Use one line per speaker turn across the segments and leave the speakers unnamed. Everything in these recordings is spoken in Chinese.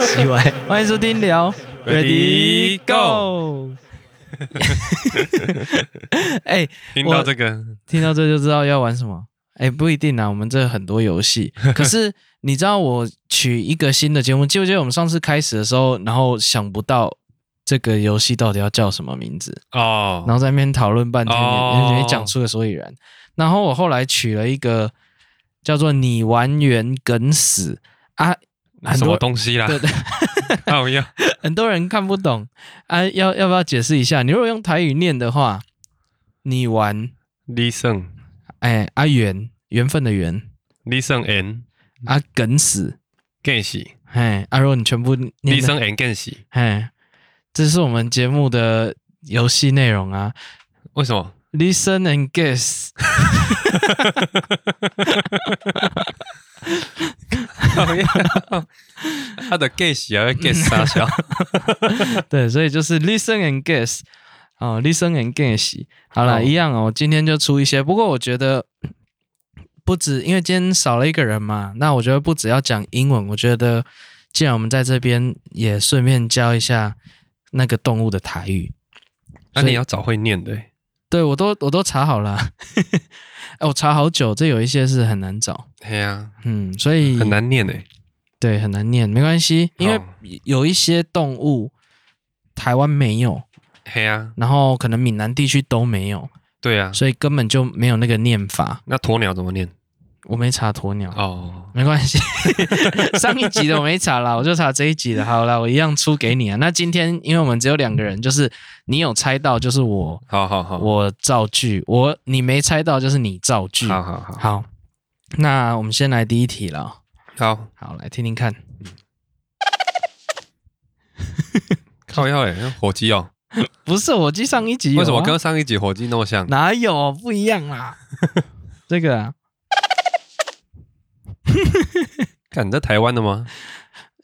奇怪，
欢迎收听聊
Ready,
Go。哎、
听
我
到这个，
听到这就知道要玩什么。哎、不一定啊，我们这很多游 戏。可是你知道我取一个新的节目，记不记得我们上次开始的时候，然后想不到这个游戏到底要叫什么名字，
哦，
然后在那边讨论半天，
哦
也也讲出个所以然。然后我后来取了一个叫做“你玩圆梗死”啊，很
什
多
么东西啦？
对 对，
啊，我要
很多人看不懂啊，要要不要解释一下？你如果用台语念的话，你玩
listen
哎阿缘缘分的缘
listen and
啊梗死
get 喜
哎阿若，如果你全部念的
，listen and get 喜，
哎，这是我们节目的游戏内容啊。
为什 么？
Listen and guess，
讨厌， 他的 get 喜啊，get 傻笑，
对，所以就是 listen and guess，哦，listen and guess，好了，
好
一样哦。今天就出一些，不过我觉得不止，因为今天少了一个人嘛，那我觉得不只要讲英文，我觉得既然我们在这边，也顺便教一下那个动物的台语。
那
所以
你要找会念的欸，
对我都我都查好了 啊，哎，我查好久，这有一些是很难找，
哎呀，
嗯，所以
很难念诶，
对很难念，没关系，因为
哦
有一些动物台湾没有。
嘿呀，
然后可能闽南地区都没有，
对啊，
所以根本就没有那个念法。
那鸵鸟怎么念？
我没查鸵鸟，
哦，
没关系， 上一集的我没查啦，我就查这一集的。好啦，我一样出给你啊。那今天因为我们只有两个人，就是你有猜到，就是我
哦好好好，
我造句；我你没猜到，就是你造句。
好好好
好那我们先来第一题了。
好，
好，来听听看。
靠腰诶，那火鸡哦，
不是我记上一集有啊、
为什么跟上一集火鸡那么像？
哪有不一样 啦？这个、啊，
看你在台湾的吗？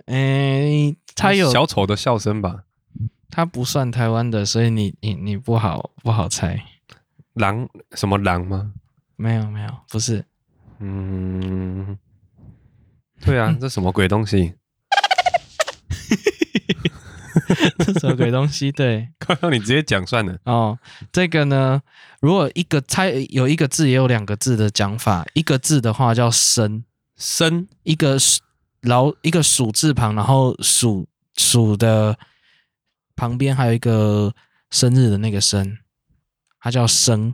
诶、它有
小丑的笑声吧？
它不算台湾的，所以你你你不好不好猜。
狼什么狼吗？
没有没有，不是
嗯，对
嗯
啊，这什么鬼东西？
这什么鬼东西？对
快让你直接讲算了。
哦，这个呢，如果一个猜有一个字也有两个字的讲法，一个字的话叫生，
生
一个鼠老一个鼠字旁，然后鼠鼠的旁边还有一个生日的那个生，它叫生。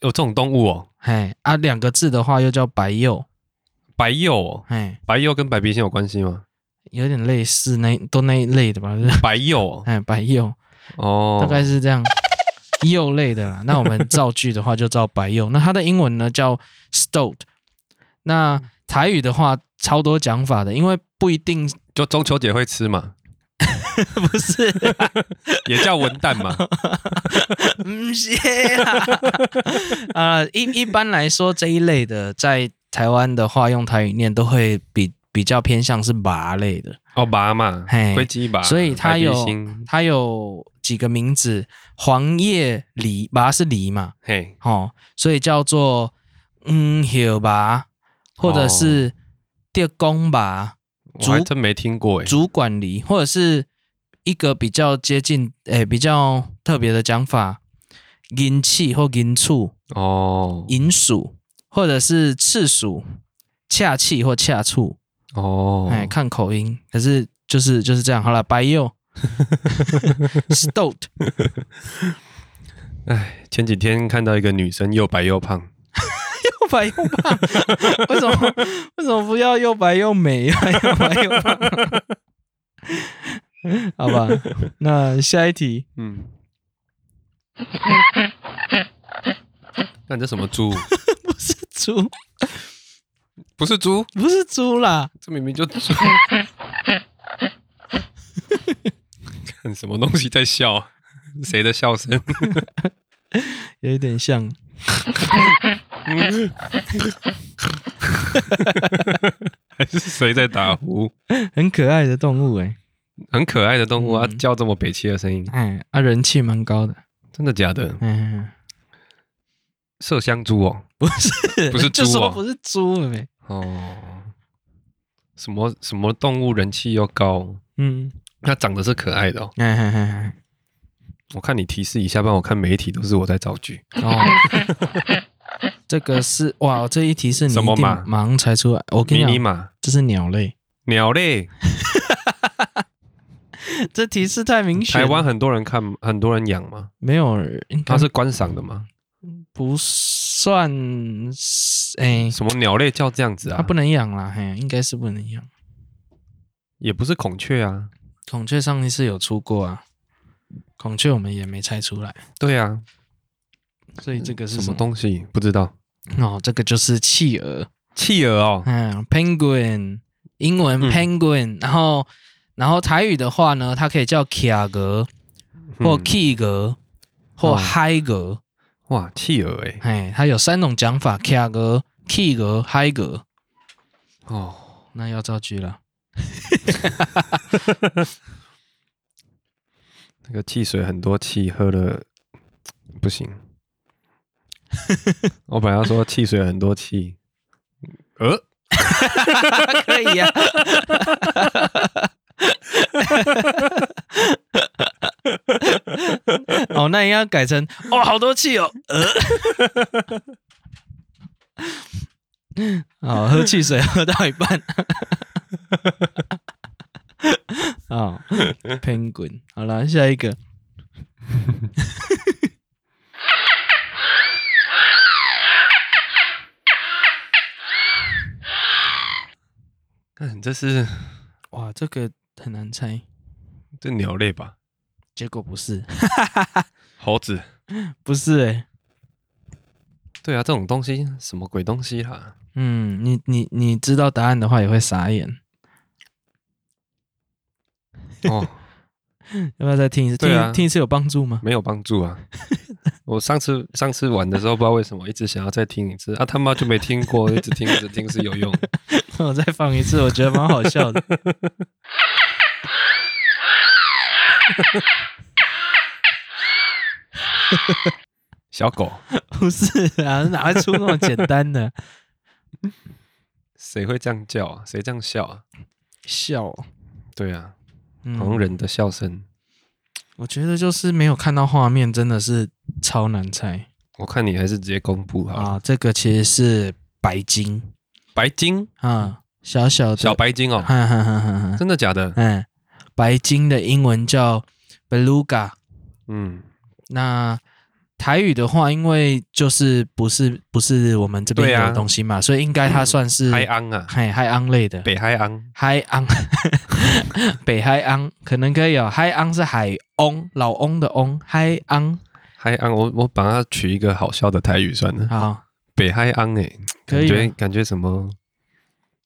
有这种动物哦，
嘿啊，两个字的话又叫白柚，
白鼬哦，
嘿，
白鼬跟白鼻心有关系吗？
有点类似那都那一类的吧，就是
白鼬哦
哎白柚。
哦，
大概是这样。柚类的啦， 那我们造句的话就造白柚。那它的英文呢叫 stout。那台语的话超多讲法的，因为不一定
就中秋节会吃嘛，
不是，啊
也叫文旦嘛。
不是 啦。啊，一一般来说这一类的在台湾的话用台语念都会比比较偏向是麻类的，
哦，拔嘛，
嘿
灰鸡拔，
所以它
白鼻
有
心
它有几个名字，黄叶梨，麻是梨嘛，
嘿，
哦，所以叫做嗯hiểu 吧，或者是电工吧，
我还真没听过哎。
主管离，或者是一个比较接近诶、比较特别的讲法，银气或银醋、
哦
银属，或者是次属、恰气或恰醋，
哦，
哎、看口音，可是就是就是这样，好了，白柚 stout
前几天看到一个女生又白又胖，
又白又胖，为什么为什么不要又白又美，又白又胖？ 好吧，那下一题，
嗯，那你这什么猪？
不是猪，
不是猪，
不是猪啦，
这明明 就猪。看什么东西在笑啊？谁的笑声？
有一点像。
还是谁在打呼？
很可爱的动物哎、
很可爱的动物啊，
嗯
叫这么北气的声音，
哎，啊，人气蛮高的，
真的假的？
嗯，
麝香猪哦，
不是，
不是猪
就
哦
说不是猪了没？
哦，什么什么动物人气又高，
嗯，
它长得是可爱的哦。
哎哎哎
我看你提示一下，不然我看每一题都是我在造句。
哎，哦，这个是哇，这一题是你一
什么
定
马
马上猜出来。我跟
迷
你
你
讲，
马、
这是鸟类，
鸟类，
这提示太明显。
台湾很多人看，很多人养吗？
没有人，应该
它是观赏的吗？
不算是，哎、
什么鸟类叫这样子
它
啊
不？能养啦，嘿，应该是不能养。
也不是孔雀啊。
孔雀上一次有出过啊，孔雀我们也没猜出来，
对啊，
所以这个是
什
什
么
么？
东西不知道？
哦，这个就是企鹅，
企鹅哦，
嗯，penguin，英文
嗯
penguin，、然后然后台语的话呢，它可以叫企鹅或
嗯
k 鹅或
哦
嗨鹅，
哇，企鹅哎，
哎，它有三种讲法，企鹅、k 鹅、嗨鹅。
哦，
那要造句了，
那个汽水很多气喝了不行。 我本来要说汽水很多气，呃，
可以啊 呀、哦，那应该改成哦，好多气哦， 呃，哦，喝汽水喝到一 半，哦，penguin，好了，下一个，
看这是
哇，这个很难猜，
这鸟类吧？
结果不是，
猴子？
不是、欸，
对啊，这种东西什么鬼东西啊啦？
嗯，你你你知道答案的话也会傻眼，
哦，
要不要再听一次？
对啊
听听一次有帮助吗？
没有帮助啊。我上次上次玩的时候，不知道为什么一直想要再听一次啊，他妈就没听过，一直听一直听是有用的。
我再放一次，我觉得蛮好笑的。
小狗，
不是啊，哪会出那么简单的
谁会这样叫啊？谁这样笑啊？
笑哦？
对啊，好像
嗯，
人的笑声。
我觉得就是没有看到画面，真的是超难猜
我看你还是直接公布好了。
啊。这个其实是白鲸
白鲸，
啊，小小的，
小白鲸哦，
哈哈哈哈哈，
真的假的？
嗯，白鲸的英文叫 beluga，
嗯，
那台语的话，因为就是不是不是我们这边
对
有
啊嗯
的东西嘛，所以应该它算是
海昂啊，
海海昂类的
北海昂，
海 昂，北海昂可能可以哦。海昂是海翁，老翁的翁，海昂
海昂，我我把它取一个好笑的台语算了。
好，
北海昂，哎，
啊可
感
以
觉
啊。
感觉什么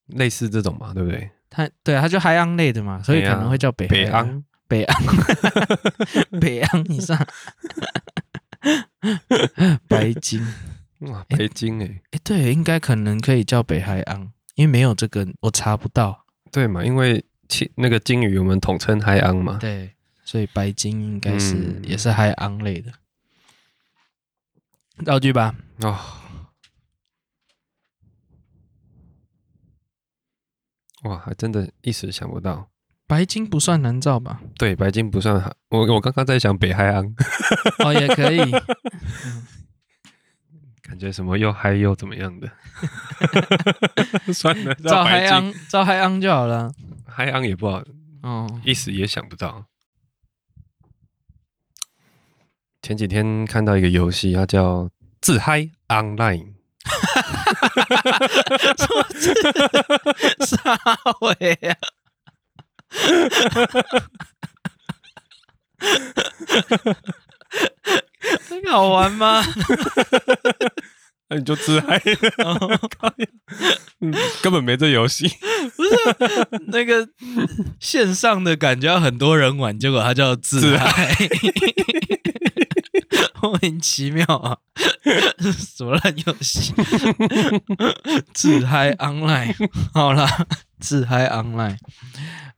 类似这种嘛，对不对？
它对，它就海昂类的嘛，所以
对
可
啊
能会叫北
北
海昂
昂，
北 昂，北昂以 上，白鲸。
哇，白鲸哎，
哎，对，应该可能可以叫北海昂，因为没有这个我查不到。
对嘛，因为其那个鲸鱼我们统称海昂嘛。
对，所以白金应该是、
嗯
也是海昂类的。造句吧，
哦，哇，还真的一时想不到。
白金不算难造吧？
对，白鲸不算海，我我刚刚在想北海昂，
哦，也可以。
感觉什么又嗨又怎么样的。 算了，
造
白
海
鲸
昂，造海昂就好了。
海昂也不好，
哦，
一时也想不到。前几天看到一个游戏，它叫自嗨 Online，
沙尾啊！ 这个好玩吗？
那、你就自嗨，嗯根本没这游戏。
啊那个线上的感觉要很多人玩，结果它叫自嗨， 莫名其妙啊！ 什么烂游戏？ 自嗨 online 好啦，自嗨 online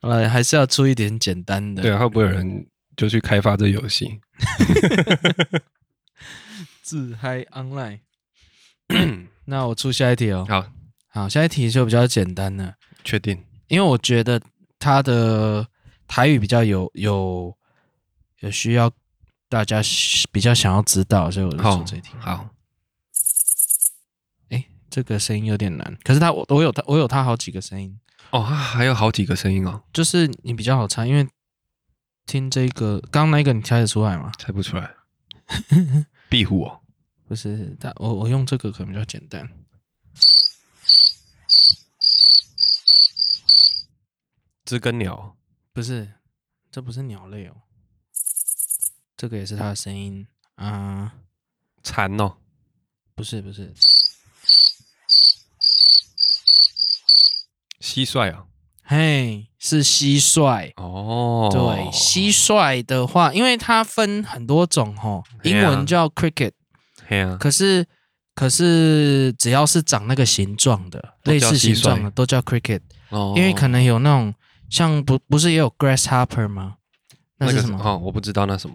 好了，还是要出一点简单的。
对啊，会不会有人就去开发这游戏？
自嗨 online。那我出下一题哦。
好，
好，下一题就比较简单了。
确定
因为我觉得他的台语比较有有有需要大家比较想要知道，所以我就
好
说这一题。，
好，
哎，这个声音有点难，可是他我我有他我有他好几个声音，
哦，它还有好几个声音哦，
就是你比较好猜，因为听这个刚那个你猜得出来吗？
猜不 出来。壁虎哦，
不是，但我我用这个可能比较简单。
知更鸟，
不是，这不是鸟类哦，这个也是它的声音啊、
蝉哦，
不是不是，
蟋蟀啊，
嘿，是蟋蟀。
哦，
对，蟋蟀的话，因为它分很多种吼，
对
英
啊
文叫 cricket，、
嘿啊，
可是可是只要是长那个形状的，
都
类
叫
似形
蟋蟀
状的都叫 cricket，、
哦
因为可能有那种像不不是也有 grasshopper 吗？那是
个
什么？
哦，我不知道那什么。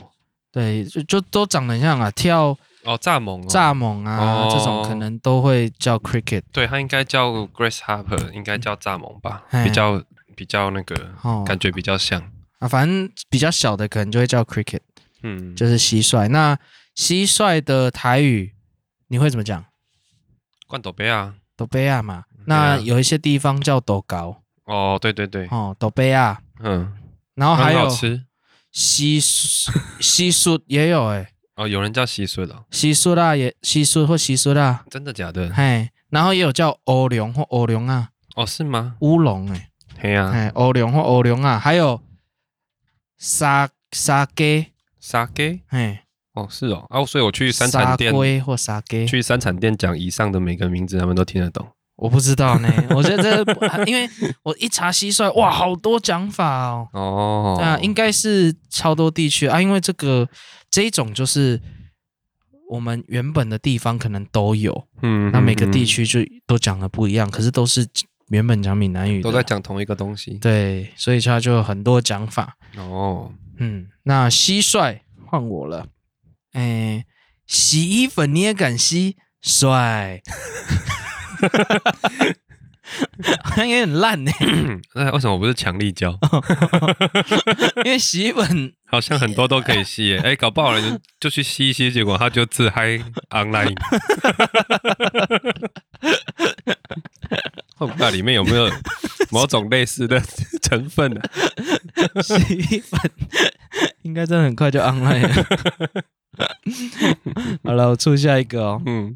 对，就就都长得很像啊，跳
哦，蚱蜢哦，
蚱蜢啊、
哦
这种可能都会叫 cricket。
对，它应该叫 grasshopper，应该叫蚱蜢吧，
嘿
比较比较那个
哦，
感觉比较像。
啊，反正比较小的可能就会叫 cricket，
嗯，
就是蟋蟀。那蟋蟀的台语你会怎么讲？
罐头杯啊，
斗贝亚嘛。
嗯
那有一些地方叫斗高
哦，对啊对对，
哦，斗贝亚。
嗯，
然后还
很
有
好吃。
蟋蟀 蟋蟀也有哎、
哦，有人叫蟋蟀了，
蟋蟀啊也蟋蟀或蟋蟀啊，
真的假的？
嘿，然后也有叫欧龙或欧龙啊，
哦，是吗？
乌龙哎、
嘿啊，
哎，欧龙或欧龙啊，还有沙沙鸡，
沙给
哎，
哦，是哦，哦，所以我去三
沙
产店，
龟或沙鸡，
去三产店讲以上的每个名字，他们都听得懂。
我不知道呢，我觉得这 因为我一查蟋蟀，哇，好多讲法哦。
哦，
那、啊、应该是超多地区啊，因为这个这一种就是我们原本的地方可能都有，
嗯
那每个地
嗯
区就都讲的不一样，可是都是原本讲闽南语
嗯
的
都在讲同一个东西。
对，所以它就有很多讲法。
哦，
嗯，那蟋蟀换我了，哎，洗衣粉你也敢吸，帅， 好像有点烂呢、
那为什么不是强力胶？
因为洗衣粉
好像很多都可 以吸耶，哎、搞不好人就去吸一吸，结果他就自嗨 online。会不会里面有没有某种类似的成分啊 呢、
洗衣粉 应该真的很快就 online 了。 好了，我出下一个哦，
嗯，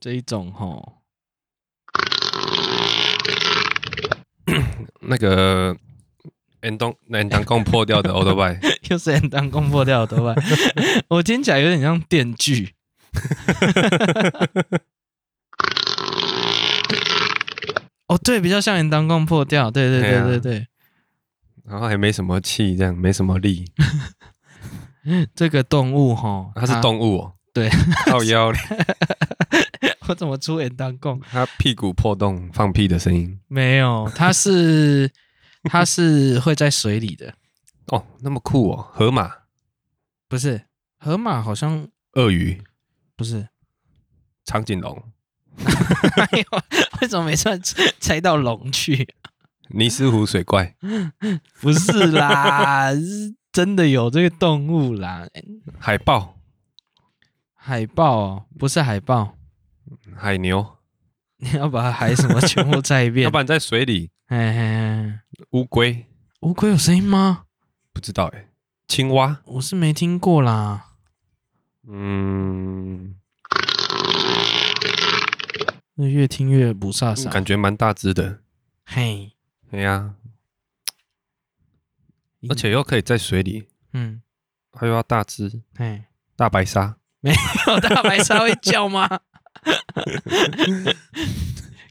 这一种吼，
那个 N 东 N 当共破掉的 o l d b y
又是 N 当攻破掉的头发， 我听起来有点像电锯。 哦，对，比较像 N 当攻破掉，对对
对啊
对对对，
然后还没什么气，这样没什么力，
这个动物吼，
它是动物哦，
啊对，
靠腰，
我怎么出 N 当攻？
它屁股破洞放屁的声音
没有，它是它是会在水里的，
哦，那么酷哦，河马、
不是河马好像
鳄鱼、
不是。
长颈龙、
哎呦，为什么每次猜到龙去？
尼斯湖水怪。
不是 啦，是真的有这个动物啦。诶
海豹、
海豹哦，不是海豹，
海牛，
你要把海什么全部猜一遍
要不。然在水里，
嘿嘿嘿
乌龟
乌龟有声音吗？
不知道哎、青蛙，
我是没听过啦。
嗯，
那越听越不飒飒。
嗯感觉蛮大只的，
嘿，
哎呀，而且又可以在水里，
嗯，
它又要大只，
嘿，
大白鲨，
有大白鲨会叫吗？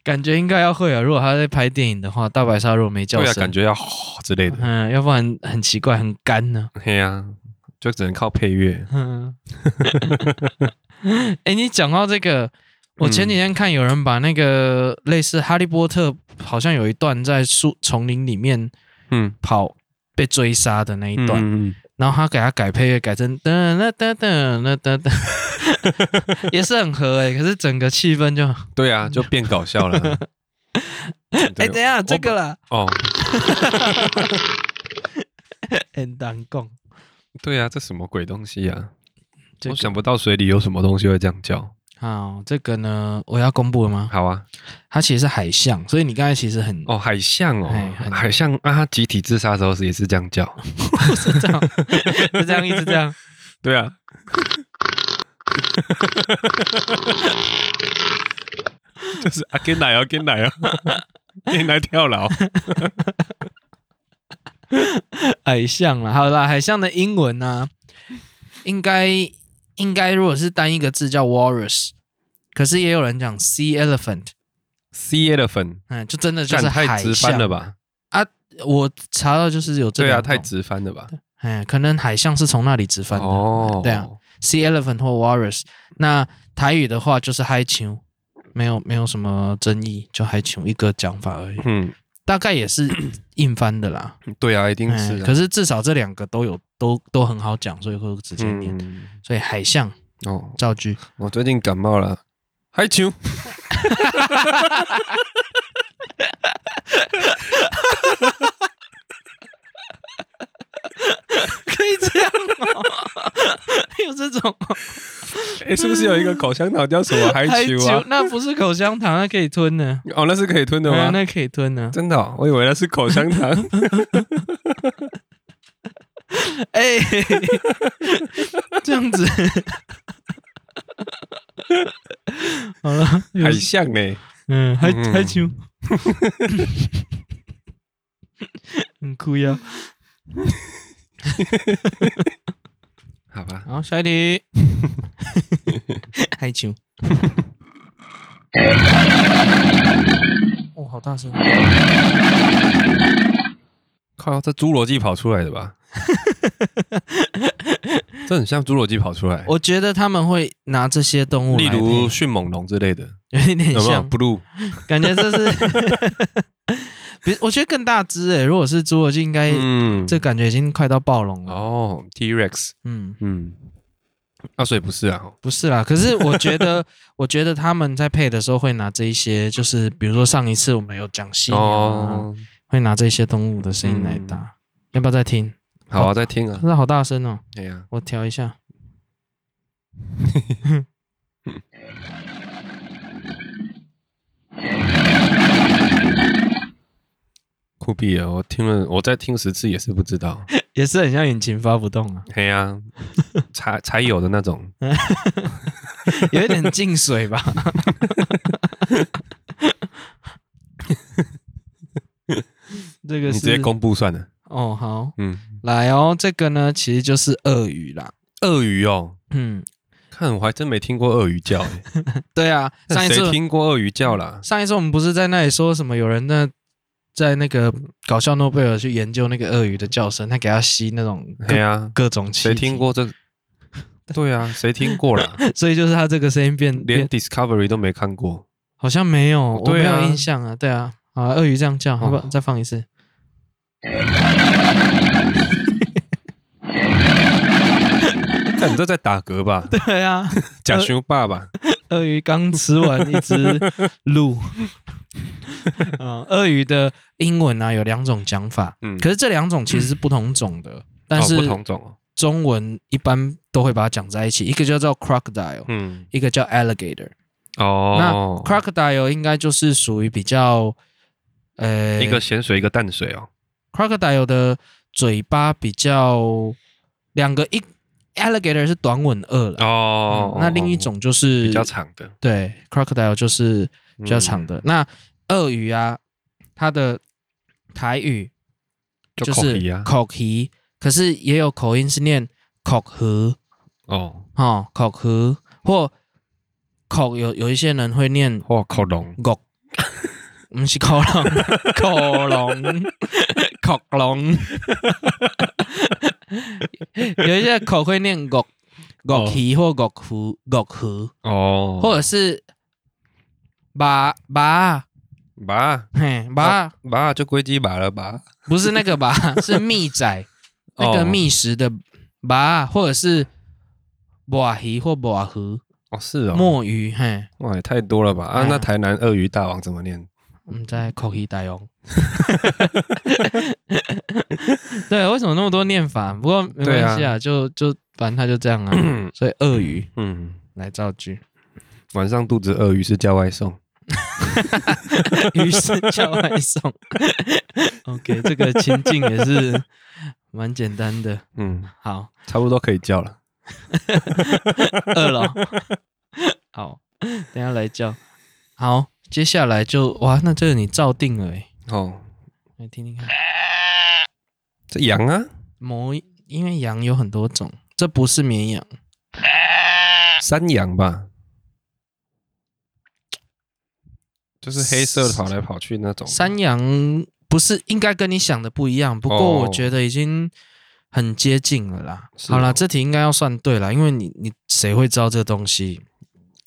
感觉应该要会啊。如果他在拍电影的话，大白鲨如果没叫
对啊，
声，
感觉要之类的，
嗯，要不然很奇怪，很干呢、
哎呀，就只能靠配乐，
嗯， 哎、你讲到这个，
嗯
我前几天看有人把那个类似《哈利波特》，好像有一段在树丛林里面
嗯，
跑被追杀的那一段，
嗯，嗯
然后他给他改配乐，改成噔噔噔噔噔噔， 欸也是很合哎、可是整个气氛就
对啊，就变搞笑了，
哎、等一下，这个
了
啦，
哦，
很难讲。
对啊，这什么鬼东西啊？
这
我
个
想不到水里有什么东西会这样叫。
好，这个呢，我要公布了吗？
好啊，
它其实是海象，所以你刚才其实很
哦，海象哦
哎很，
海象啊，它集体自杀的时候是也是这样叫。
是这样，是这样，一直这样。
对啊， 就是啊，给奶哦，给奶 哦，给奶跳楼。
海象啦，好啦，海象的英文呢、应该应该如果是单一个字叫 walrus，可是也有人讲 sea elephant，
C A 的粉，
嗯，就真的就
干
是
太
海
直翻
象
了？吧？
我查到就是有这
对啊，
两
太
种
直翻了吧？
哎，可能海象是从那里直翻的、
哦，
对啊，sea elephant 或 walrus。那台语的话就是海球，没有没有什么争议，就海球一个讲法而已，
嗯，
大概也 是硬翻的啦。
对啊，一定是
哎
啊。
可是至少这两个都有都都很好讲，所以会直接念。
嗯，
所以海象
哦，
造句，
我最近感冒了，海球。
可以这样哦， 有这种
哎，是不是有一个口香糖叫什 么海球
酒
啊？
那不是口香糖，那可以吞呢，
哦，那是可以吞的
哎
吗？
那嗯可以吞呢。
真的哦，我以为那是口 香糖。
哎， 这样子， 好了，有
海象呢？
嗯，还
嗯
还球，很酷呀。
好吧，
好，下一 题，还球。哦，好大声！
靠，这侏罗纪跑出来 的吧？这很像侏罗纪跑出来，
我觉得他们会拿这些动物
例
来配，
如迅猛龙之类的，
有一点
有没有
像，
？Blue
感觉这 是，比我觉得更大只欸诶、如果是侏罗纪，应该、
嗯，
哎这感觉已经快到暴龙了。
哦 T Rex
嗯，
嗯，啊，所以不是啊，
不是啦，可是我觉 得，我觉得他们在配的时候会拿这一些，就是比如说上一次我们有讲犀牛、啊，
哦，
会拿这些动物的声音来打。要不要再听？
好啊，再听啊，
真的好大声哦！
哎呀，
我调一下。
酷毙了！我听了，我再听十次也是不 知道，
也是很像引擎发不动啊，
哎呀，才才有的那种，
有一点进水 吧。这个
你
是
直接公布算了，
哦，好
嗯，
来哦，这个呢其实就是鳄鱼啦。
鳄鱼哦，
嗯，
看我还真没听过鳄 鱼叫，哎
对啊，上一次
谁听过鳄鱼叫啦？
上一次我们不是在那里说什么有人那在那个搞笑诺贝尔去研究那个鳄鱼的叫声，他给它吸那种各
哎呀，
各种气，
谁听？过这？对啊，谁听过啦？
所以就是他这个声音变变，
连 Discovery 都没看过。
好像没有，我没
对啊
有印象啊。对啊，好啊，鳄鱼这样叫，好不好？
哦
再放一 次。
看你这在打 嗝吧？
对啊，
假熊爸爸，
鳄鱼刚吃完一只 鹿。 嗯，鳄鱼的英文啊有两种讲法，
嗯，
可是这两种其实是不同种的，但是
哦不同种哦，
中文一般都会把它讲在一起，一个叫做 crocodile，
嗯，
一个叫 alligator。
哦，
crocodile 应该就是属于比较，呃，
一个咸水，一个淡水哦，
crocodile 的嘴巴比较两个一 alligator 是短吻鳄了，
哦
嗯，那另一种就是
比较长的，嗯
对 crocodile 就是比较长的。那鳄鱼啊，它的台语
就
就是
口鼻啊，
口皮，可是也有口音是念口河
哦，
哦，口河或口有有一些人会念
或口龙，
国，不是恐龙，恐龙，恐龙。有一些口会念国国旗或国湖国湖，
哦，
或者是马马
拔
嘿马，
拔就龟鸡拔了吧？
不是那个马， 是蜜仔那个
哦
觅食的马，或者是马鱼或马河
哦，是哦，
墨鱼嘿。
哇，也太多了吧？啊，
嗯
那台南鳄鱼大王怎么念？
嗯，在 Koki 代 用。对，为什么那么多念法？不过没关系
对
啊，就就反正他就这样 啊。所以鳄鱼
嗯，
来造 句，
晚上肚子饿，于是叫外送。
于是叫外送。OK，这个情境也是蛮简单的。
嗯，
好，
差不多可以叫了。
饿了 哦。好，等一下来叫。好，接下来就哇，那这个你照定了诶，
哦，
来听听看。
这羊啊，
某一因为羊有很多种，这不是绵羊，
山羊吧，就是黑色的跑来跑去那种。
山羊不是应该跟你想的不一样，不过我
哦
觉得已经很接近了啦。
是
好啦，
哦
这题应该要算对啦，因为你你谁会知道这东西？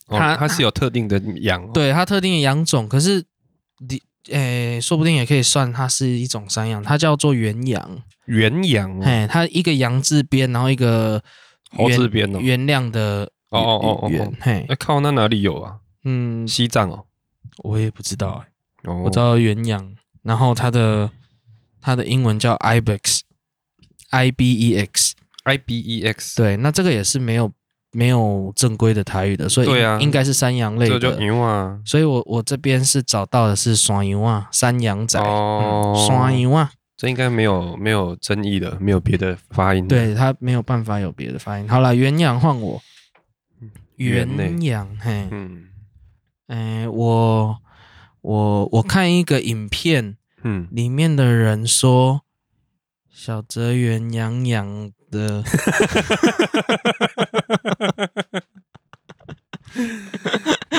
哦，
它
它是有特定的羊、哦。，
对它特定的羊种，可是你诶、说不定也可以算它是一种山羊，它叫做原羊，
原羊哦，
嘿，它一个羊字边，然后一个
猴
圆
子边哦。
原谅的
哦哦哦哦
圆
哦，
嘿
哎、，靠，那哪里有啊？
嗯，
西藏哦。
我也不知道哎、
哦，
我知道原羊，然后它的它的英文叫 ibex，i b e x。
I B E X。
对，那这个也是没有没有正规的台语的，所以
对啊
应该是山羊类
这就
的。
牛啊。
所以我我这边是找到的是山羊啊，山羊仔，
哦
嗯山羊啊，
这应该没有没有争议的，没有别的发音。，
对它没有办法有别的发音。好了，原羊换我，
原类
原羊，嘿，
嗯
哎、我我我看一个影片，
嗯，
里面的人说，小泽原洋洋的，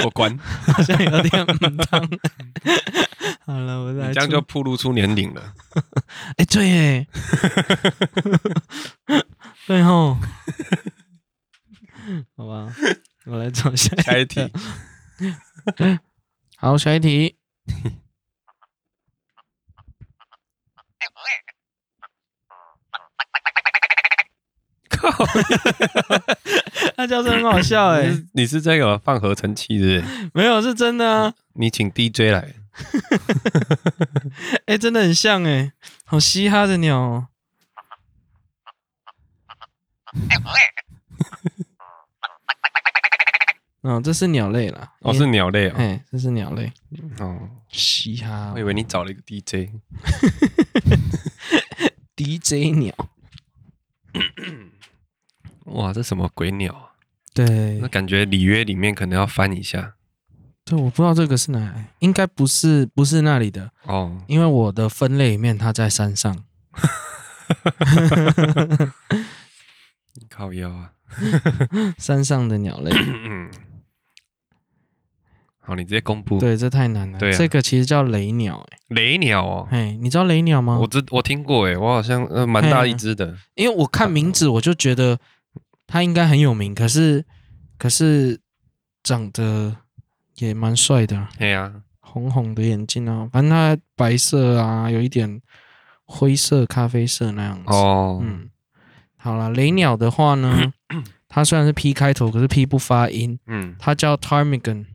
我管，
好像有点不当。 好了，我
你
来
这样
出
就暴露出年 龄了。
哎、对耶， 对吼， 好吧，我来找下一
下一题，
好，下一题。
靠，
他叫声很好笑哎、
你是你是在有放合成器是不是？
没有是真的啊，
你请 DJ 来，
哎、真的很像哎、好嘻哈的鸟、 哦。哦，这是鸟类啦。
哦，是鸟类
哎、
哦，
这是鸟类，
哦，
嘻哈
我以为你找了一个 DJ，
DJ 鸟，
哇，这什么鬼鸟啊？
对
那，感觉里约里面可能要翻一下
对，我不知道这个是哪来，应该不是不是那里的，
哦，
因为我的分类里面它在山上。
靠腰啊，
山上的鸟类，
嗯，好，你直接公布
对，这太难了。
对啊
这个其实叫雷鸟、欸，
雷鸟哦，
哎，你知道雷鸟吗？
我知我听过诶，我好像呃蛮大一只的，
因为我看名字我就觉得他应该很有名，可是可是长得也蛮帅的啊、
哎呀，
红红的眼睛啊，反正他白色啊，有一点灰色、咖啡色那样子。
哦，
嗯，好啦，雷鸟的话 呢，它虽然是 P 开头，可是 P 不发音，
嗯，
它叫 Ptarmigan，P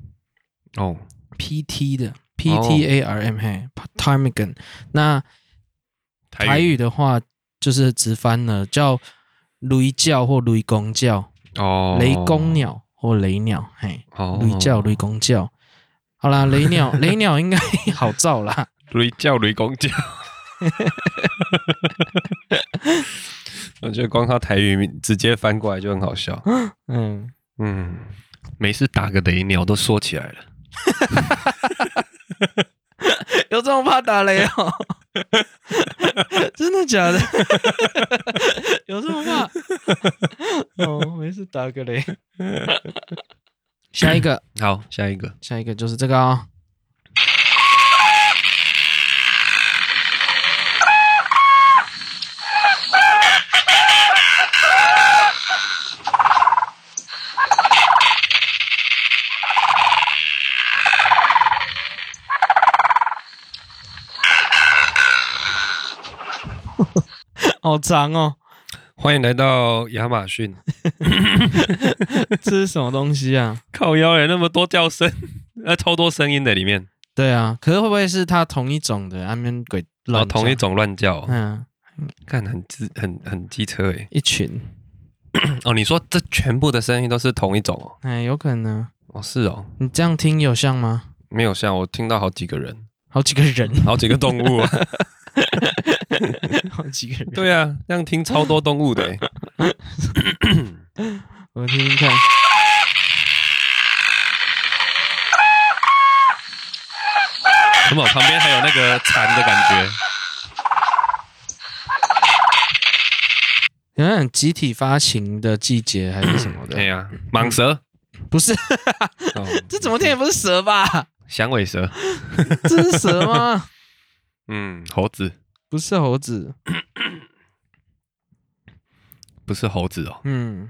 哦，
T 的 P T A R M 嘿，Ptarmigan。那台语的话，就是直翻了叫雷叫或雷公叫，
哦，
雷公鸟或雷鸟，嘿，
哦，
雷叫雷公叫。好 啦，雷鸟雷鸟应该 好造啦，
雷叫雷公 叫。我觉得光靠台语名直接翻过来就很好笑。
嗯，
嗯，每次打个雷鸟都缩起来了。
有这么怕打雷哦？ 真的假的？ 有这么怕？ 哦，没事，打个雷。下一个，
好，下一个
下一个就是这个啊、哦， 好长哦，
欢迎来到亚马逊。
这是什么东西啊？啊
欸 靠腰嘞，那么多叫声，呃，超多声音在里面。
对啊，可是会不会是它同一种的？安眠鬼
然
乱
后
叫
哦同一，种乱叫，
嗯，
看很机很很机车诶。
一群，
哦，你说这全部的声音都是同一种哦？
哎，有可能。
哦，是哦，
你这样听有像吗？
没有像我听到好几个人，
好几个人，
好几个动物啊。
好几个人。
对啊，这样听超多动物的欸诶。
我听听看。
什么？旁边还有那个蝉的感觉。
有那种集体发情的季节还是什么
哎
的？
呀，蟒蛇，
不是，
哦
嗯这怎么听也不是蛇吧？
响尾蛇，
这是蛇吗？
嗯，猴子
不是猴子。
不是猴子哦，
嗯，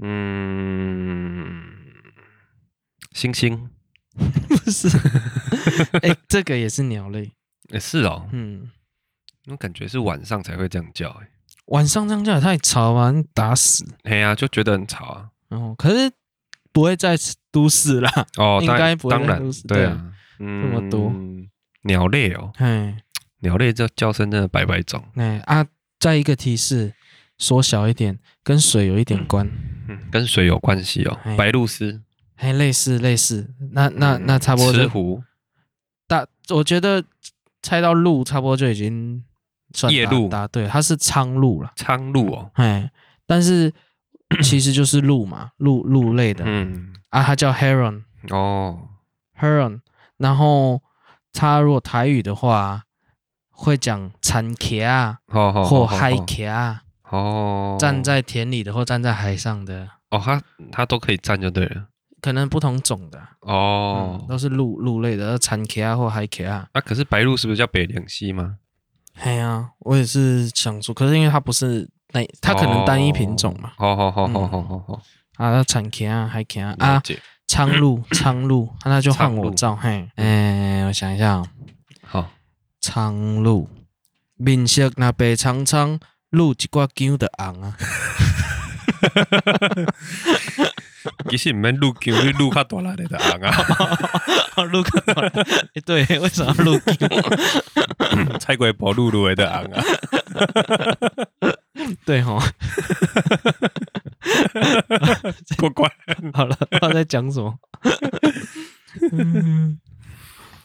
嗯，猩猩，
不是。哎、这个也是鸟类。
也是哦，
嗯，
我感觉是晚上才会这样叫，哎，
晚上这样叫也太吵了，你打死。
哎呀，就觉得很吵啊。
然后可是不会在都市啦。
哦，
应
当
该不会
当
在
然
都市，
对
对
啊，嗯
这么多
鸟类哦，
哎
鸟类这叫声真的百百种，
哎啊！再一个提示，缩小一点，跟水有一点关。
嗯，跟水有关系哦
哎，
白鹭鸶，
哎，类似类似，那那
嗯
那差不多
石
就
斛、
大，我觉得猜到鹿差不多就已经算
夜
答
鹭
答对，它是苍鹭了，
苍鹭哦，
哎，但 是其实就是鹿嘛，鹿鹿类的、
嗯，
啊，它叫 heron
哦，
heron，然后它如果台语的话会讲产茄啊
好好，
或
好
海，
好
茄啊，
哦，
站在田里的或站在海上的，
哦，它它都可以站就对了，
可能不同种的，
哦
嗯，，都是鹿鹿类的，产茄啊或海茄啊。
啊，可是白鹭是不是叫北凉溪吗？
哎呀、我也是想说，可是因为它不是那，它可能单一品种嘛。
哦。好好好好好好，
啊，它产钳啊，海钳啊，
了
啊，
解。
苍 鹭，苍鹭，啊那就换
嗯苍
我
鹭
照。嘿，哎、我想一下、哦，
好，
苍鹭，面色那白苍苍，鹭一挂姜的红 啊。
其实唔免录球，你录较大力的红 啊，
鹭看到了，哎 对，为什么要鹭姜？
菜瓜包露露的红啊。
对 吼，
过关，
好了，不知道在讲什么。嗯，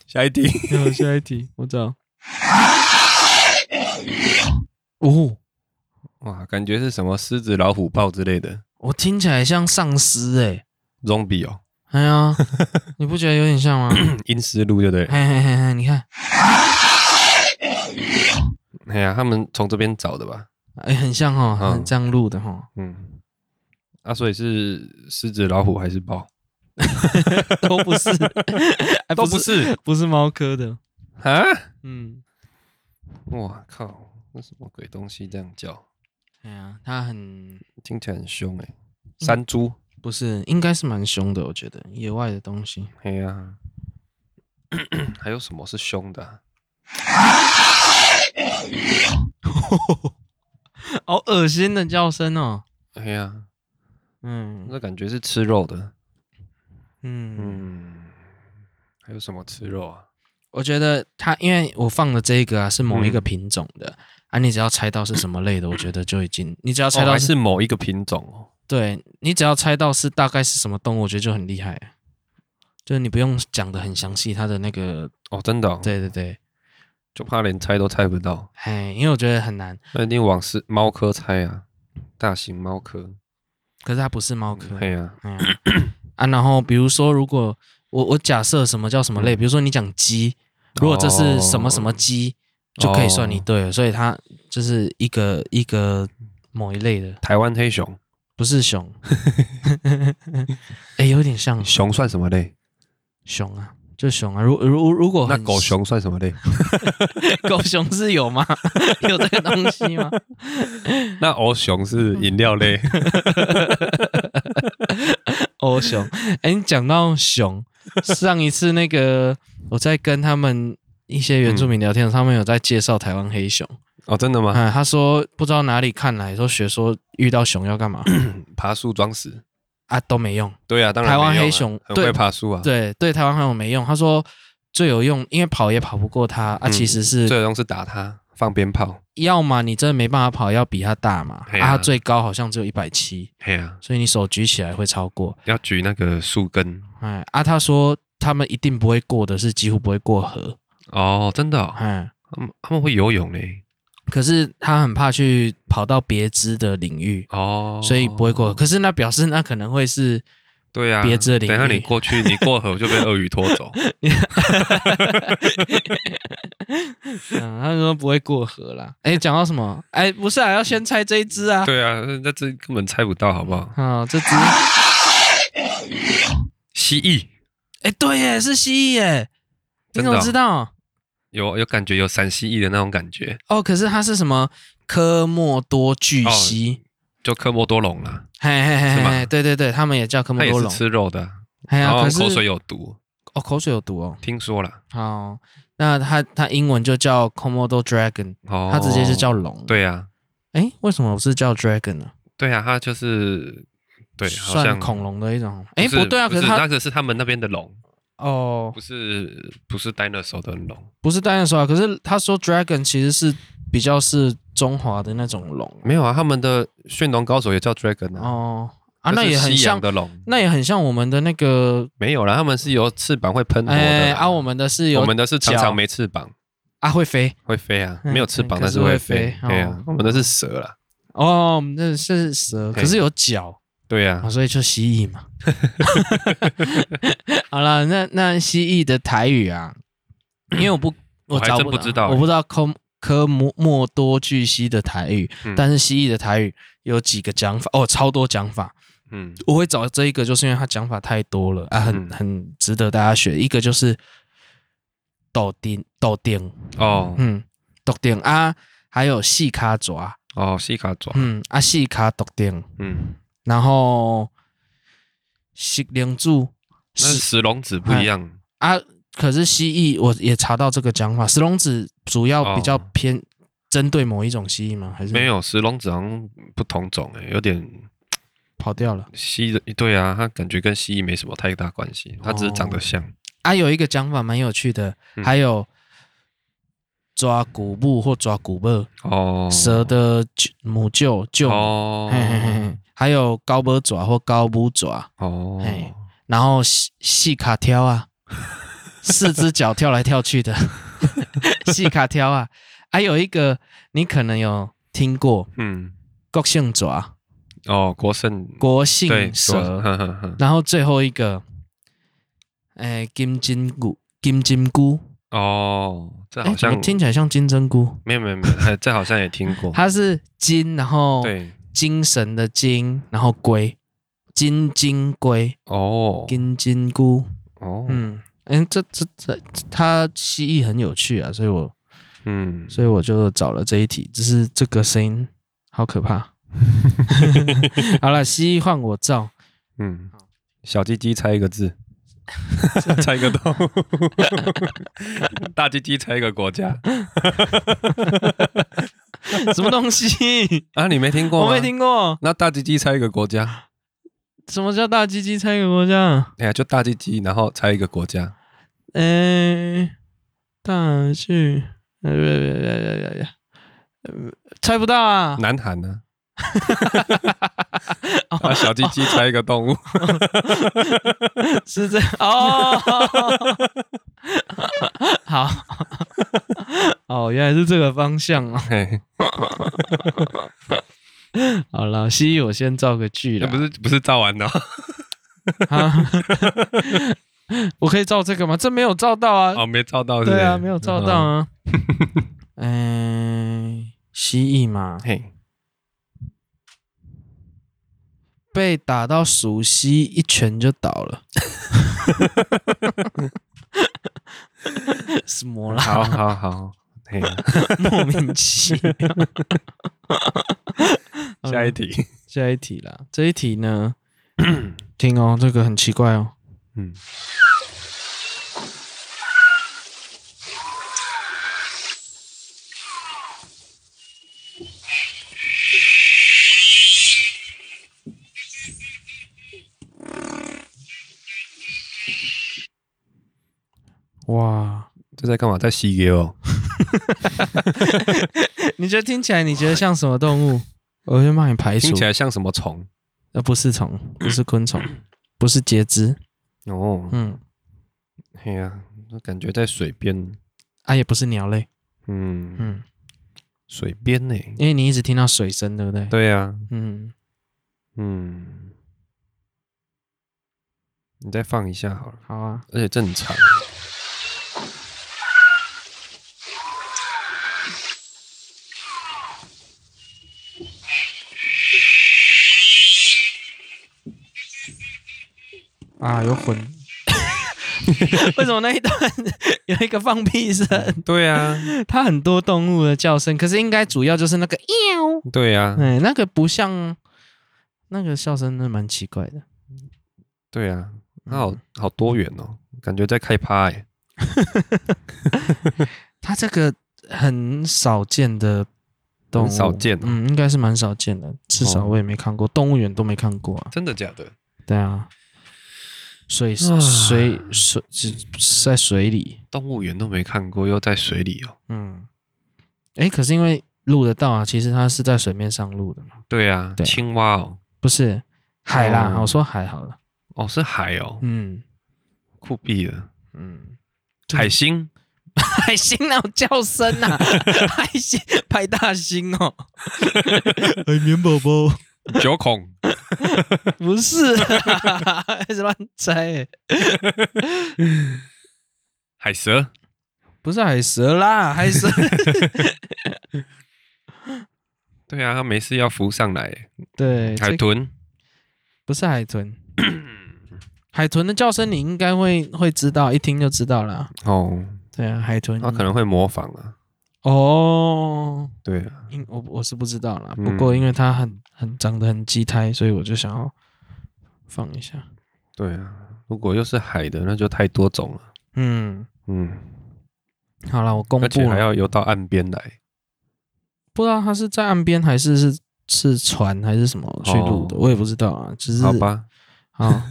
下一题。
好，下一题，我找。哦。
哇，感觉是什么狮子、老虎、豹之类的
我听起来像丧尸哎、
zombie 哦，
哎 呀，你不觉得有点 像吗？
阴湿路对不对？
嘿嘿嘿嘿，你看，嗯
哎呀，他们从这边找的吧？
哎、很像哦，
嗯
很像录的哦 哈，
嗯，啊，所以是狮子、老虎还是豹？
都不是，哎
都不，是
不是猫科的，
啊！
嗯，
哇靠，那什么鬼东西这样叫？
哎呀，它很
听起来很凶哎、
嗯
山猪，
不是，应该是蛮凶的，我觉得野外的东西，
哎呀、 还有什么是凶的啊、
好恶心的叫声哦，
哎呀、
嗯
那感觉是吃肉的。
嗯，
嗯，还有什么吃肉啊？
我觉得它因为我放的这个啊是某一个品种的、啊，你只要猜到是什么类的，我觉得就已经，你只要猜
哦，
到
还
是
是某一个品种哦。
对你只要猜到是大概是什么动物，我觉得就很厉害了。就是你不用讲的很详细，它的那个，
哦，真的、哦，
对对对，
就怕连猜都猜不到。
哎，因为我觉得很难，
那一定往是猫科猜啊，大型猫科。
可是它不是猫科，
哎呀、
哎呀啊，然后比如说，如果我我假设什么叫什么
嗯
类，比如说你讲鸡，如果这是
哦
什么什么鸡，就可以算你对了，所以它就是一个一个某一类的，
台湾黑熊，
不是熊， 哎，有点像
熊算什么类？
熊啊，就熊啊，如如如果
那
很
狗熊算什么类？
狗熊是有吗？ 有这个东西 吗？
那欧熊是饮料 类。
欧熊，哎、你讲到熊，上一次那个我在跟他们一些原住民聊天，他们有在介绍台湾黑熊，
哦，真的吗？
啊、他说不知道哪里看来，说学说遇到熊要干嘛
爬树装死。
啊都没用，
对啊，当然、
台湾黑熊
很
对
会爬树啊。
对对，台湾好像没用。他说最有用，因为跑也跑不过他啊，
嗯
其实是
最有用是打他，放鞭炮。
要么你真的没办法跑，要比他大嘛，
嘿
啊，
啊
他最高好像只有一百七，
嘿啊，
所以你手举起来会超过。
要举那个树根
哎，啊，他说他们一定不会过的是几乎不会过河，
哦，真的、哦，
哎，
他们他们会游泳嘞。
可是他很怕去跑到别支的领域，
哦，
所以不会过河。可是那表示那可能会是
对啊，
别致领域
等一下你过去，你过河就被鳄鱼拖 走。
嗯，他说不会过河啦。哎，讲到什么？哎，不是啊，要先猜这一只啊。
对啊，那这根本猜不到，好不好？
啊、这只，
蜥蜴
哎，对耶，是蜥蜴耶。你
真
怎
的哦
么知道？
有有感觉，有闪蜥蜴的那种感觉，
哦，可是它是什么科莫多巨蜥？
就科莫多龙啦，
嘿嘿嘿
哦是
嘿，
吗
对对对，他们也叫科莫
它也
多
是
龙。
吃肉的啊，
哎呀
然，后
可是
口水有毒，
哦，口水有毒哦。
听说啦。
好，那它它英文就叫 Komodo Dragon，
哦，
它直接就叫龙。，
对啊，
哎，为什么我是叫 Dragon 呢？
对啊，它就是对，好
算
像
恐龙的一种。
不
哎，
是
不对啊，
不
可是
那
它
个是他们那边的龙，
哦
不，是不是 dinosaur 的龙，
不是 dinosaur，啊可是他说 Dragon 其实是比较是中华的那种龙。
没有啊，他们的驯龙高手也叫 dragon 啊，
哦，啊，
这
那
是
也很
西洋
像，
的龙，
那也很像我们的那个，
没有啦，他们是有翅膀会喷火
哎，
的
啊，
啦，
我们的是有
我们的是常
脚
常没翅膀。
啊会飞。
会飞啊，
嗯
没有翅膀
可
但
是
是
会
飞
飞。
对
哦
啊，我们的是蛇啦。
哦，我们这是蛇，
嘿
可是有脚，
对啊
啊，，所以就蜥蜴 嘛。好了，那那蜥蜴的台语啊，因为我不，
我还
找
真
不
不
到
知道欸
我不知道科科莫莫多巨蜥的台语，
嗯
但是蜥蜴的台语有几个讲法，哦，超多讲法。
嗯，
我会找这一个，就是因为它讲法太多了啊，很
嗯
很值得大家学。一个就是豆丁豆丁，
哦
嗯，豆丁啊，还有细卡爪，
哦，西卡爪，
嗯啊，细卡豆丁，
嗯，
然后西灵柱
那
是
石龙子不一样
啊，可是蜥蜴我也查到这个讲法，石龙子主要比较
哦
偏针对某一种蜥蜴吗？还是
没有石龙子好像不同种哎诶，有点
跑掉了？
蜥的，对啊，它感觉跟蜥蜴没什么太大关系，它只是长得像。
啊，有一个讲法蛮有趣的，
嗯
还有抓骨木或抓骨木，
哦，
蛇的舅母舅舅母，
哦
嘿嘿嘿嘿还有高波爪或高母爪，嘿
哦，
然后细细卡挑 啊，四只脚跳来跳去的 细卡挑啊，还有一个你可能有听过
嗯，
国姓爪、
哦，国胜
国
对
姓
国嗯
蛇，
呵呵呵
然后最后一个，哎，金针菇，金针菇，
哦，这
哎，
好
怎么
像
听起来像金针菇？
没有没有没有，哎这好像也听过。
它是金，然后
对
精神的精，然后龟，金金龟，
哦
金金菇。
哦
嗯，嗯，这这这，它蜥蜴很有趣啊，所以我
嗯，
所以我就找了这一题，只是这个声音好可怕。好了，蜥蜴换我照，
嗯，小鸡鸡猜一 个字，猜一个洞，大鸡鸡猜一个国家
什么东 西？
啊？你没听过
我
吗
没。听过，
那大鸡鸡猜一个国家，
什么叫大鸡鸡猜一个国家？
哎呀，就大鸡鸡，然后猜一个国家。
嗯、大巨，呃呃呃呃猜不到啊！
南韩 呢？啊，小鸡鸡猜一个动物，
是这样哦， 好，哦，原来是这个方向哦。
嘿，
好了，蜥蜴我先造个句
那
了，
哎不是不是造完的哦，
啊？ 我可以造这个吗？这没有造到啊，
哦，没造到，
对啊，没有造到
嗯。
啊。 嗯、蜥蜴嘛，
嘿，
被打到熟悉一拳就倒了。 什么啦？
好好好，嘿，
莫名其妙。
下一题，
下一题啦，这一题呢，听哦，这个很奇怪哦，
嗯，
哇，
这在干嘛？在洗给哦。
你觉得听起来你觉得像什么动物？我就帮你排除
听起，来像什么虫？
呃，不是虫，不是昆虫，不是节肢，
哦，
嗯，
哎呀，我感觉在水边，
啊，也不是鸟类，
嗯，
嗯，
水边呢？
因为你一直听到水声，对不对？
对啊呀，
嗯，
嗯，你再放一下好了，
好啊，
而且正常。
啊，有混。 为什么那一段有一个放屁声？
对啊呀，
它很多动物的叫声，可是应该主要就是那个喵，
对啊呀，
哎，那个不像那个笑声，那蛮奇怪的。嗯
对呀，它好好多元哦，感觉在开趴哎。
它这个很少见的动物，
很少见哦
嗯，应该是蛮少见的，至少
哦
我也没看过，动物园都没看过啊。
真的假的？
对啊，水
啊
水水是是在水里，
动物园都没看过，又在水里哦。
嗯，哎，可是因为录得到啊，其实它是在水面上录的嘛，
对呀，
对
青蛙哦，
不是海啦，
哦
我说海好了，
哦是海哦，
嗯
酷毙了，
嗯，这个
海星。
海星那种叫声啊， 海星派大星哦， 海绵宝宝
九孔，
不是、啊， 还是乱猜欸，
海蛇，
不是海蛇啦，海 蛇，
对啊，它没事要浮上来。
对，
海
这
豚，
不是海豚， 海豚的叫声你应该会会知道，一听就知道啦。
哦，
对啊，海豚，
它可能会模仿啊。
哦，
对啊，
因我我是不知道啦，
嗯
不过因为它很很长得很畸胎，所以我就想要放一下。
对啊，如果又是海的，那就太多种了。
嗯，
嗯，
好了，我公
而
布
且还
了，
要游到岸边来。
不知道它是在岸边还是是是船还是什么去录的，
哦
我也不知道啊。只是
好，吧，
好，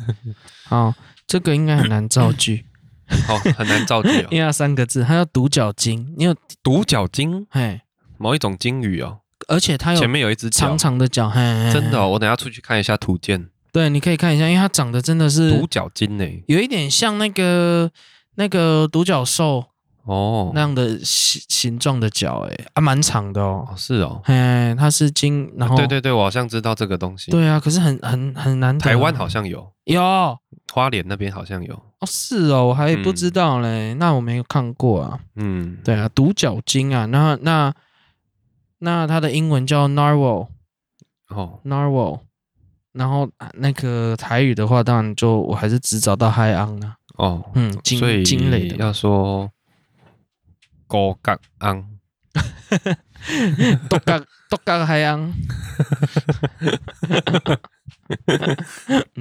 好，这个应该很难造 句，
好，很难造句
因为
哦。
它三个字，它叫独角鲸，你有
独角鲸，
嘿，
某一种鲸鱼哦，
而且它有
前面有一只
哎长
脚，
长哎的脚，嘿，嘿嘿
真的哦，我等一下出去看一下图鉴。
对，你可以看一下，因为它长得真的
独
是
角鲸欸呢？
有一点像那个那个独角兽
哦
那，样的形形状的脚、欸，哎，啊，蛮长的哦。
哦是哦，
嘿，它是鲸，然后、
对对对，我好像知道这个东
哦
西。
对啊，可是很很很难得啊。
台湾好像有，
有哦，
花莲那边好像有。
是哦，我还不知道嘞，那我没有看过啊。
嗯，
对啊，独角鲸啊，那那那它的英文叫 narwhal，narwhal，
哦，
然后啊那个台语的话，当然就我还是只找到海昂啊，
哦，
嗯，
所以
鲸鲸类的 嘛
要说高杠昂，
独角独角海 嗯 洋，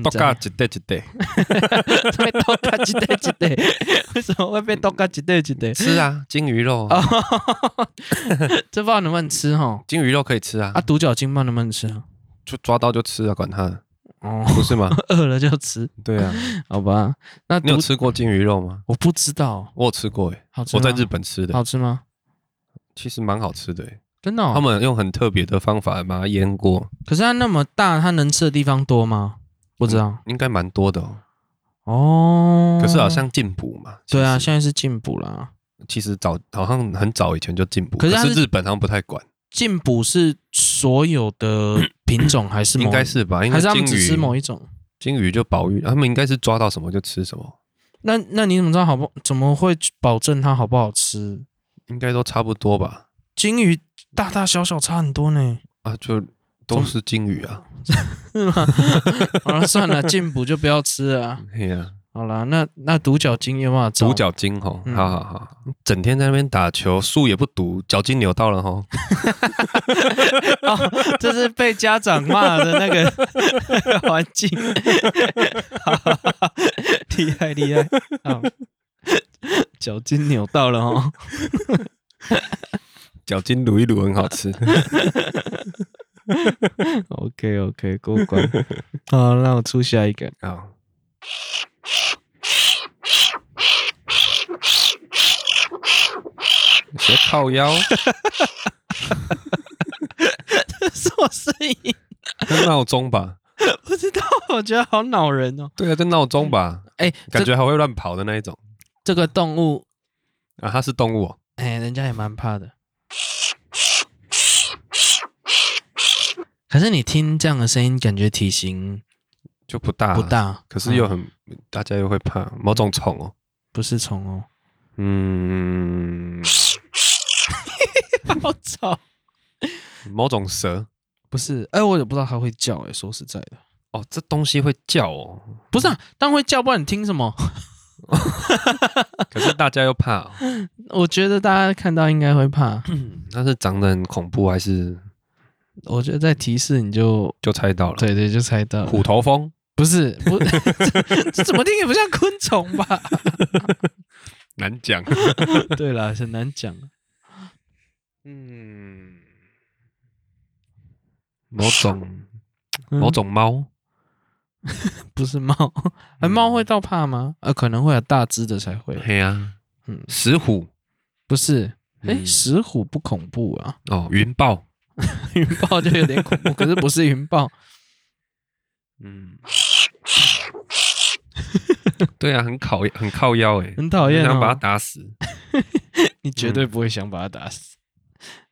独角
唔
一对一对，
知道，独角一对一 对，为什么会被独角一对一对？
吃 啊，金鱼肉啊，
哦，这不知道能不能吃哈？
金鱼肉可以吃啊
啊，，独角鲸不知道能不能吃啊？
就抓到就吃啊，管它的，
哦，
不是吗？
饿了就吃，
对 啊，
好吧？那
你有
独
吃过金鱼肉吗？哦
我不知道，
我有吃过诶，
好吃
我在
吗
日本吃的，
好吃吗？
其实蛮好吃的诶，
真的哦？
他们用很特别的方法把它腌过，
可是它那么大，它能吃的地方多吗？不知道
应该蛮多的哦。
哦。
可是好像进补嘛，
对啊，
其实
现在是进补啦。
其实早好像很早以前就进补，
可
可
是它
是
是
日本好像不太管，
进补是所有的品种还是某
应该是吧？因
还
为
是他们
金
只吃某
鱼
一种？
金鱼就保育，他们应该是抓到什么就吃什么，
那那你怎么知道好不？怎么会保证它好不好吃？
应该都差不多吧？
金鱼大大小小差很多呢，
啊，就都
总
是金鱼啊，
是吗？好了，啊算了，进补就不要吃了啊。
嘿呀，
好了，那那独角鲸有没有找
独？角鲸吼，
嗯
好好好，整天在那边打球，树也不读，脚筋扭到了吼，
哦， 这是被家长骂的那 个那个环境，好 厉害厉害，好脚筋扭到了 哦。
脚筋撸一撸很 好吃。
OK OK，过关。 好，那我出下一个。
好，别靠腰，
什么声音？
那闹钟吧。
不知道，我觉得好恼人哦。
对啊，就闹钟吧，
哎，
感
这
觉还会乱跑的那一种
这个动物，
啊。它是动物、哦，
哎，人家也蛮怕的。可是你听这样的声音，感觉体型
就不大
不，大，
可是又
嗯
很、大家又会怕某种虫哦。
不是虫哦，
嗯，
好吵。
某种蛇
不是，哎，我也不知道它会叫，哎，说实在的，
哦，这东西会叫哦，
不是啊，但会叫，不然你听什么？
可是大家又怕、哦。
我觉得大家看到应该会怕，
它是长得很恐怖，还是
我觉得在提示你就
就猜到了？，
对对就猜到了，
虎头蜂
不是不，这这怎么听也不像昆虫吧？
难讲。
对啦，很难讲。
嗯，某种
嗯
某种猫，
不是猫，哎，猫会到怕吗？呃，可能会有大只的才会，
嘿呀，
嗯，
石虎
不是。哎，
嗯
石虎不恐怖啊，
哦，云豹，
云豹就有点恐怖，可是不是云豹，
嗯， 对啊，很考 很靠腰哎，
很讨厌
想把它
哦。
打死。
你
嗯
绝对不会想把它打死，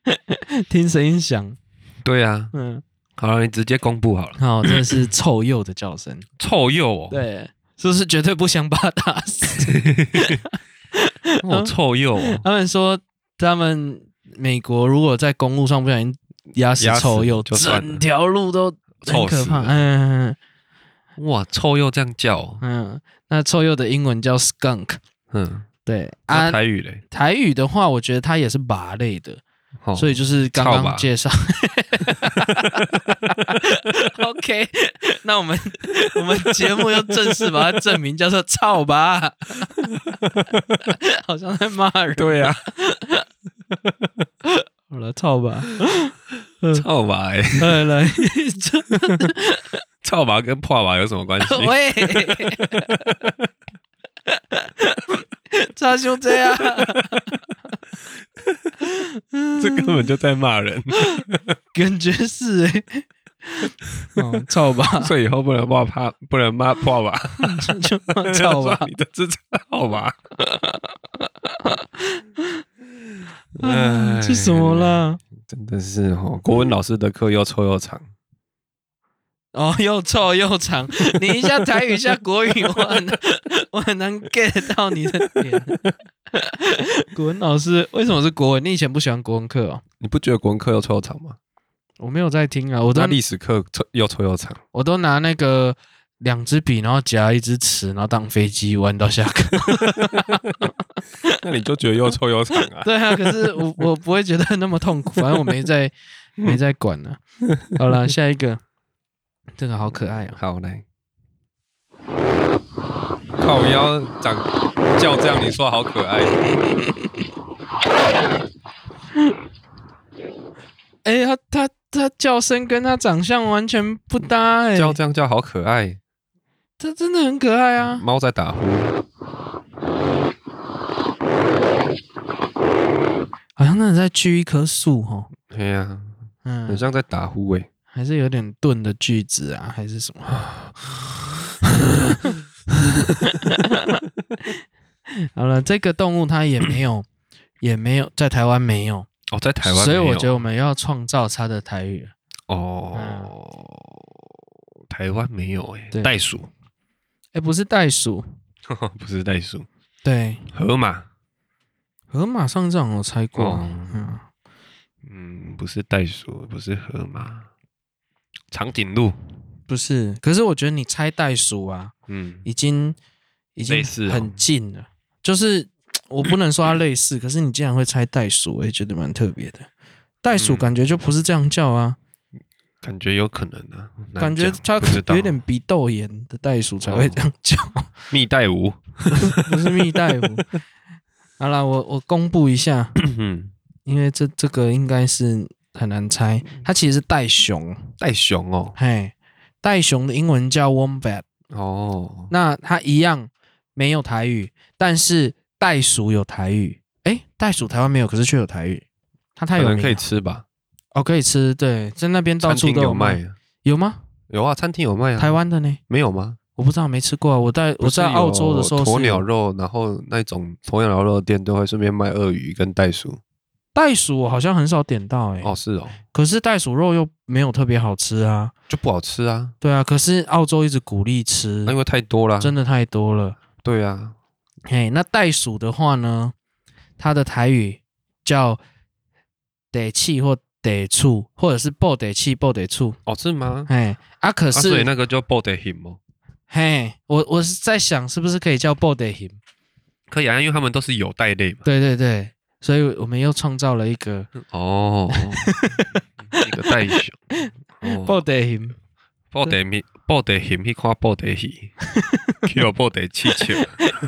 听声音响，
对啊，
嗯，
好了，你直接公布好了。
好，这是臭鼬的叫声，
臭鼬哦，
对，就是绝对不想把它打死。
哦，臭鼬哦，
他们说，他们美国如果在公路上不小心压死
压死
臭鼬，
就算了
整条路都 很
臭
可
死
怕。
了。
嗯
哇，臭鼬这样叫哦，
嗯，那臭鼬的英文叫 skunk。
嗯，
对
那
啊，
台语嘞，
台语的话，我觉得它也是拔类的，
哦
所以就是刚
操吧
刚介绍。OK，那我们我们节目要正式把它证明叫做“操吧”，好像在骂人。
对啊，
好了，操吧，
臭马哎，
来来，
臭马跟破马有什么 关系？
喂，差兄这样，
这根本就在骂 人，
感觉是哎、哦，操吧，
所以以后不能骂怕，不能骂破 马，，
就操吧
你的这 臭马。哎
啊这什么？啦？
哎真的是哦，国文老师的课又臭又长，
哦， 又臭又长，你一下台语，一下国语，我很 难我很难 get 到你的点。 国文老师为什么是国文？你以前不喜欢国文课哦？
你不觉得国文课又臭又长吗？
我没有在听啊，我都
那历史课臭又臭又长，
我都拿那个两支笔，然后夹一支尺，然后当飞机玩到下 课。
那你就觉得又臭又长啊？
对啊，可是我我不会觉得那么痛苦， 反正我没在没在管呢、好了，下一个，这个好可爱啊、
好来，靠腰长叫这样，你说好可爱。
哎、它它它叫声跟它长相完全不搭哎、
叫这样叫好可爱，
它真的很可爱啊。
猫在打呼，
好像真的在锯一棵树哦。
哎呀，很
嗯，
像在打呼哎、
还是有点钝的句子啊，还是什么？ 好了，这个动物它也没有，也没有在台湾没有，
哦，在台湾没有，
所以我觉得我们要创造它的台语。
哦，台湾没有哎、
嗯对
袋鼠
哎，不是袋鼠，
不是袋鼠，
对，
河马，
河马上这种我猜过。
哦
嗯，
嗯，不是袋鼠，不是河马，长颈鹿，
不是，可是我觉得你猜袋鼠啊，
嗯，
已经已经
类似哦
很近了，就是 我不能说它类似，可是你竟然会猜袋鼠，我也觉得蛮特别的。袋鼠
嗯
感觉就不是这样叫啊，
感觉有可能啊，难
感觉
讲
它
不知道哦
有点鼻窦炎的袋鼠才会这样叫，
蜜袋鼯，
不是蜜袋鼯。 好啦，我我公布一下，
嗯，
因为这这个应该是很难猜，它其实是袋熊，
袋熊哦，
嘿，袋熊的英文叫 wombat，
哦，
那它一样没有台语，但是袋鼠有台语。诶，袋鼠台湾没有，可是却有台语，它太
可
有
能
名了
可以吃吧？
哦，可以吃，对，在那边到
餐
处
厅
都
有
卖，
卖，啊
有吗？
有啊，餐厅有卖啊。
台湾的呢？
没有吗？
我不知道，没吃过啊。我在我
不是
在澳洲的时候
有鸵
是
鸟肉，然后那种鸵鸟肉的店都会顺便卖鳄鱼跟袋鼠。
袋鼠，我好像很少点到哎、
哦，是哦，
可是袋鼠肉又没有特别好吃啊。
就不好吃啊，
对啊，可是澳洲一直鼓励吃
那，因为太多啦。
真的太多了。
对啊，
嘿，那袋鼠的话呢，它的台语叫得气或得醋，或者是爆得气爆得醋。
哦，是吗？
嘿，啊，可
啊
是、
所以那个叫 body him 哦，
嘿，我我是在想是不是可以叫爆得 him？
可以啊，因为他们都是有袋 类嘛。
对对对，所以我们又创造了一个
哦，一个 袋熊。
爆
哦
得 him。
，body him body him 去看 body he，去了 body 气球，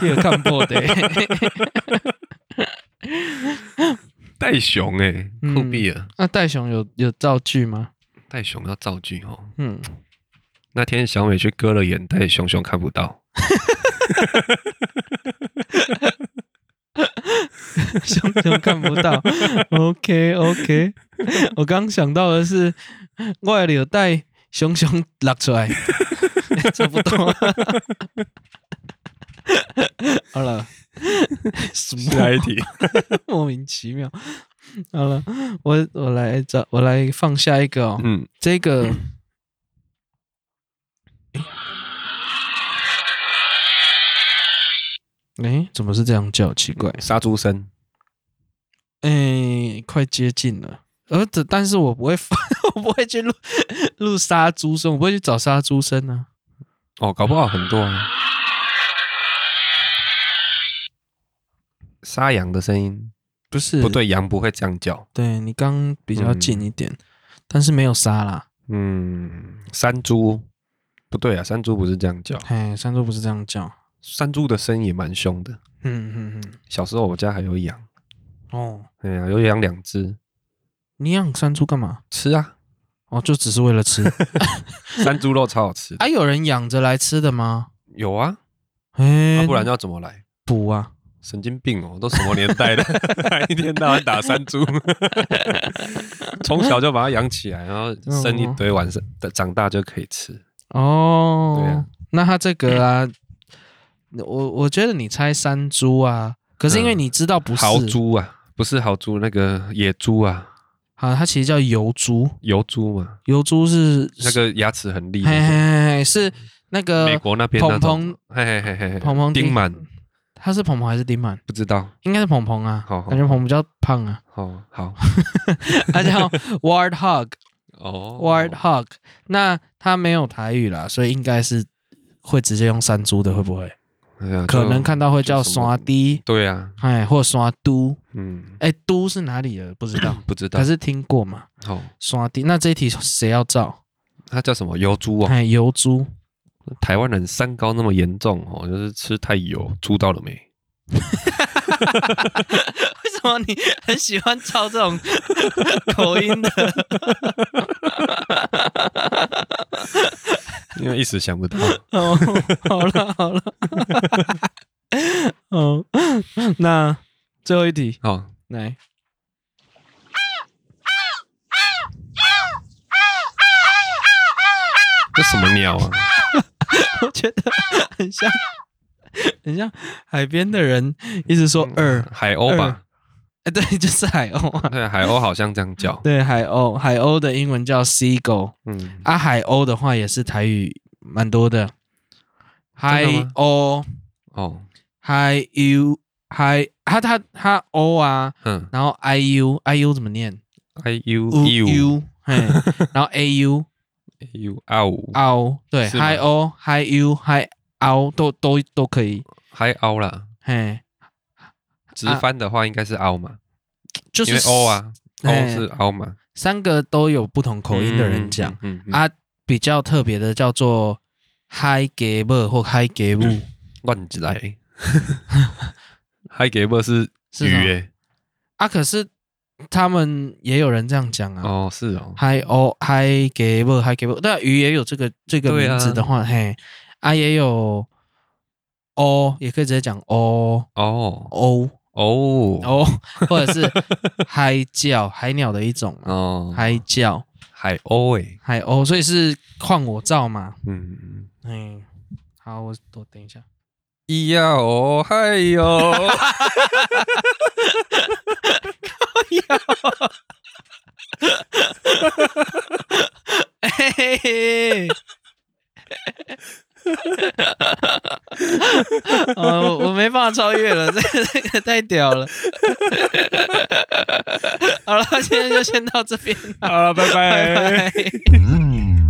也有看过的，
袋熊哎，
嗯
酷毙了！
那袋熊有有造句吗？
袋熊要造句哦。
嗯，
那天小美去割了眼袋，熊熊看不到。
熊熊看不到。OK OK，我刚想到的是外柳带熊熊拉出来， 差不多。 好了，什么
一题。
莫名其妙？好了，我我来找我来放下一个哦，
嗯，
这个。诶，怎么是这样叫？奇怪。
杀猪声。
哎，快接近了。呃，这但是我不会发， 我不会去录录杀猪声，我不会去找杀猪声啊。
哦，搞不好很多啊。杀羊的声音
不是，
不，对，嗯羊不会这样叫。
对你刚比较近一点，但是没有杀啦。
嗯，山猪不对啊，山猪不是这样叫，
哎，山猪不是这样叫。
山猪的声音也蛮凶的。
嗯嗯嗯，
小时候我家还有养，
哦，
哎呀、有养两只
你养山猪干嘛？
吃 啊，
哦，就只是为了 吃。
山猪肉超好吃的。
啊，有人养着来吃的吗？
有啊，
哎、
啊不然要怎么来？
补啊。
神经病哦，都什么年代 了，还一天到晚打山猪， 从小就把它养起来，然后生一堆，晚上长大就可以吃。
哦，
对啊
那他这个啊，我我觉得你猜山猪啊，可是因为
嗯
你知道不是
豪猪啊，不是豪猪，那个野猪啊，
啊，它其实叫油猪，
油猪嘛，
油猪是
那个牙齿很利
嘿嘿
那种，
嘿嘿是那
美
个
国那边那
蓬
种，嘿嘿嘿嘿嘿，
蓬蓬
丁满
他是鹏鹏还是丁满？
不知道，
应该是鹏鹏啊
好，好
感觉鹏比较胖 啊，
哦 好
他叫 warthog
哦
warthog，那他没有台语啦，所以应该是会直接用山猪的，会不会？
哎呀
可能
就
看到会叫
就什么
刷低，
对啊，
哎，或刷嘟，
嗯，，
哎，嘟是哪里的？不知道
不知道
可，是听过嘛？
哦，
刷低，那这一题谁要照？
它叫什么油猪哦？
哎，油 猪，
台湾人三高那么严重哦，就是吃太油，猪到了没？
为什么你很喜欢照这种口音的？
因为一时想不到。
哦，好了好了，哦，那最后一题
哦，
来，
这什么鸟啊？
我觉得很像，很像海边的人一直
嗯
说二，
海鸥吧？
哎，对，就是海鸥啊，
对，海鸥好像这样叫。
对，海鸥，海鸥的英文叫 seagull，
嗯，
啊，海鸥的话也是台语蛮多的，海
真的吗
鸥，
哦，
海 u，海，它它它 o 啊，
嗯
然后 i u i u 怎么念
，i u
u
u
u，嘿，然后 a u。
u 啊呜，
凹，对
是吗
，high O、high U、high 凹都都都可以，
海凹啦。
嘿，
直翻的话应该是凹嘛，
就
因
是
为 o，啊
啊
，o
哎
是凹嘛。
三个都有不同口音的人讲、
嗯，嗯嗯嗯
啊，比较特别的叫做 high gave 或 high gave，
嗯乱来。 海给不是
是
鱼
什么
欸
啊，可是他们也有人这样讲啊。
哦，是哦，
high O、high gave、high gave，那鱼也有这个这个
对啊
名字的话，嘿，啊也有 O，也可以直接讲 O、
哦，
O，
哦
哦，或者是嗨叫，海鸟的一种啊嘛，
哦，
嗨叫
海鸥哎，
海鸥，所以是矿我照嘛。
嗯，
嗯，好，我我等一下，
咿呀哦嗨 哟，
嘿嘿嘿。呃，我我没办法超越了，这个这个太屌了。 好了，今天就先到这边 了，
好了，拜
拜
拜。
拜。